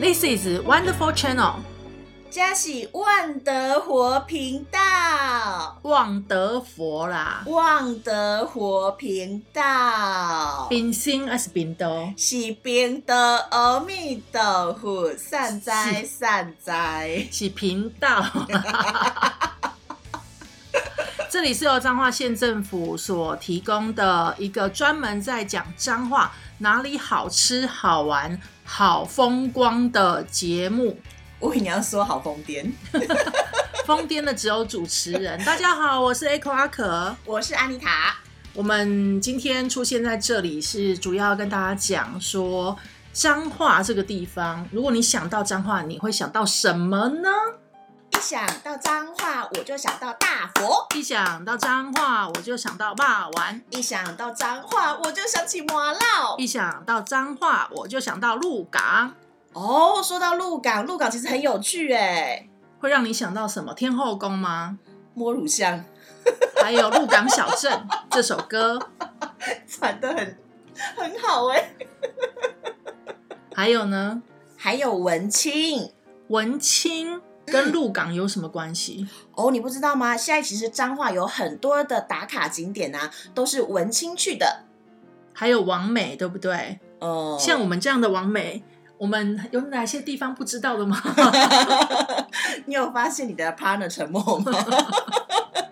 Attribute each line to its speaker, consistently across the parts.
Speaker 1: This is Wonderful Channel，
Speaker 2: 嘉喜万德活频道，
Speaker 1: 旺德佛啦，
Speaker 2: 万德活频道，
Speaker 1: 冰心还是冰豆？
Speaker 2: 喜冰的阿弥陀佛，善哉善哉。
Speaker 1: 是频道。 这里是由彰化县政府所提供的一个专门在讲彰化哪里好吃、好玩、好风光的节目。
Speaker 2: 我跟你要说好疯癫，
Speaker 1: 疯癫的只有主持人。大家好，我是 Echo 阿可。
Speaker 2: 我是安妮塔。
Speaker 1: 我们今天出现在这里是主要跟大家讲说彰化这个地方。如果你想到彰化，你会想到什么呢？
Speaker 2: 一想到脏话，我就想到大佛；
Speaker 1: 一想到彰化，我就想到霸丸；
Speaker 2: 一想到脏话，我就想起麻辣。
Speaker 1: 一想到彰化，我就想到鹿港。
Speaker 2: 哦，说到鹿港，鹿港其实很有趣哎，
Speaker 1: 会让你想到什么？天后宫吗？
Speaker 2: 摸乳香
Speaker 1: 还有《鹿港小镇》这首歌，
Speaker 2: 传的很很好哎。
Speaker 1: 还有呢，
Speaker 2: 还有文青
Speaker 1: 文青跟鹿港有什么关系？
Speaker 2: 哦，你不知道吗？现在其实彰化有很多的打卡景点啊，都是文青去的。
Speaker 1: 还有王美，对不对？
Speaker 2: 哦
Speaker 1: 像我们这样的王美，我们有哪些地方不知道的吗？
Speaker 2: 你有发现你的 partner 沉默吗？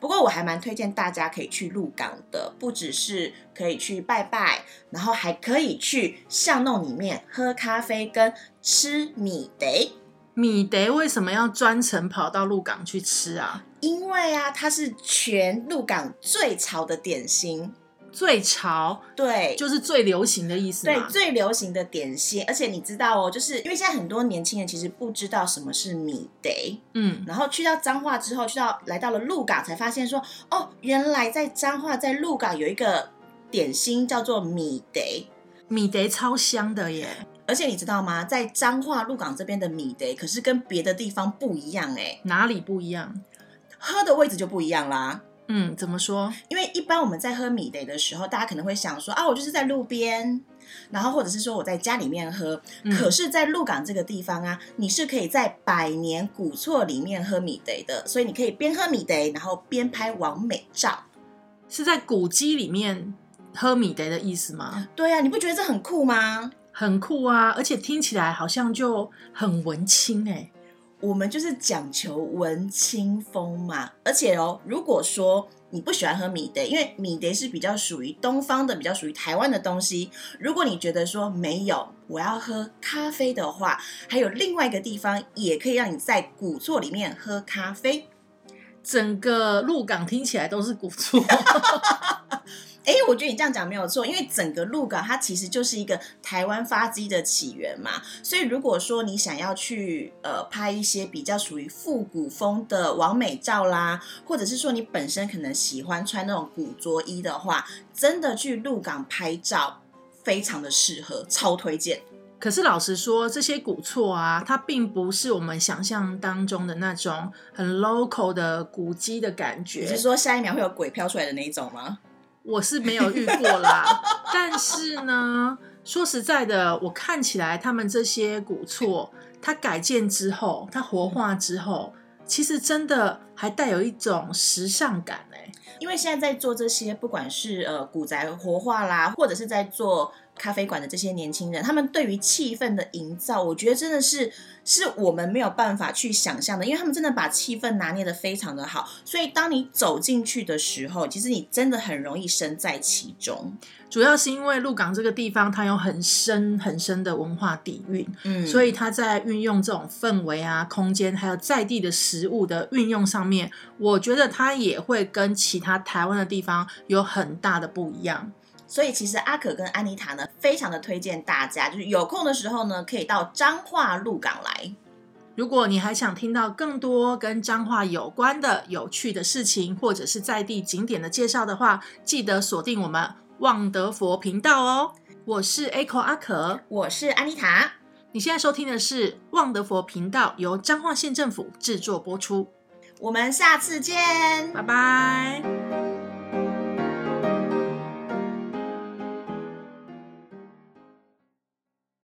Speaker 2: 不过我还蛮推荐大家可以去鹿港的，不只是可以去拜拜，然后还可以去巷弄里面喝咖啡跟吃米得，
Speaker 1: 米德为什么要专程跑到鹿港去吃啊？
Speaker 2: 因为啊，它是全鹿港最潮的点心，
Speaker 1: 最潮
Speaker 2: 对，
Speaker 1: 就是最流行的意思
Speaker 2: 对
Speaker 1: 嘛。
Speaker 2: 最流行的点心。而且你知道哦，就是因为现在很多年轻人其实不知道什么是米得，
Speaker 1: 嗯，
Speaker 2: 然后去到彰化之后，去到来到了鹿港，才发现说，哦，原来在彰化，在鹿港有一个点心叫做米得。
Speaker 1: 米德超香的耶。
Speaker 2: 而且你知道吗？在彰化鹿港这边的米得，可是跟别的地方不一样哎、
Speaker 1: 哪里不一样？
Speaker 2: 喝的位置就不一样啦。
Speaker 1: 嗯，怎么说？
Speaker 2: 因为一般我们在喝米得的时候，大家可能会想说啊，我就是在路边，然后或者是说我在家里面喝。
Speaker 1: 嗯
Speaker 2: 可是，在鹿港这个地方啊，你是可以在百年古厝里面喝米得的，所以你可以边喝米得，然后边拍完美照。
Speaker 1: 是在古迹里面喝米德的意思吗？
Speaker 2: 对啊，你不觉得这很酷吗？
Speaker 1: 很酷啊，而且听起来好像就很文青哎、
Speaker 2: 我们就是讲求文青风嘛，而且哦，如果说你不喜欢喝米德，因为米德是比较属于东方的，比较属于台湾的东西。如果你觉得说没有，我要喝咖啡的话，还有另外一个地方也可以让你在古厝里面喝咖啡。
Speaker 1: 整个鹿港听起来都是古 厝，
Speaker 2: 诶，我觉得你这样讲没有错，因为整个鹿港它其实就是一个台湾发迹的起源嘛，所以如果说你想要去呃拍一些比较属于复古风的完美照啦，或者是说你本身可能喜欢穿那种古着衣的话，真的去鹿港拍照非常的适合，超推荐。
Speaker 1: 可是老实说，这些古厝啊，它并不是我们想象当中的那种很 local 的古迹的感
Speaker 2: 你是
Speaker 1: 觉。
Speaker 2: 说下一秒会有鬼飘出来的那一种吗？
Speaker 1: 我是没有遇过啦， 但是呢，说实在的，我看起来他们这些古厝，它改建之后，它活化之后，其实真的还带有一种时尚感哎、
Speaker 2: 因为现在在做这些，不管是呃古宅活化啦，或者是在做咖啡馆的这些年轻人，他们对于气氛的营造，我觉得真的是是我们没有办法去想象的，因为他们真的把气氛拿捏的非常的好，所以当你走进去的时候，其实你真的很容易身在其中。
Speaker 1: 主要是因为鹿港这个地方，它有很深很深的文化底蕴，
Speaker 2: 嗯
Speaker 1: 所
Speaker 2: 以
Speaker 1: 以它在运用这种氛围啊、空间，还有在地的食物的运用上面，我觉得它也会跟其他台湾的地方有很大的不一样。
Speaker 2: 所以其实阿可跟安妮塔呢，非常的推荐大家，就是有空的时候呢，可以到彰化鹿港来。
Speaker 1: 如果你还想听到更多跟彰化有关的有趣的事情，或者是在地景点的介绍的话，记得锁定我们旺德佛频道哦。我是 Echo 阿可，
Speaker 2: 我是安妮塔，
Speaker 1: 你现在收听的是旺德佛频道，由彰化县政府制作播出。
Speaker 2: 我们下次见，
Speaker 1: 拜拜。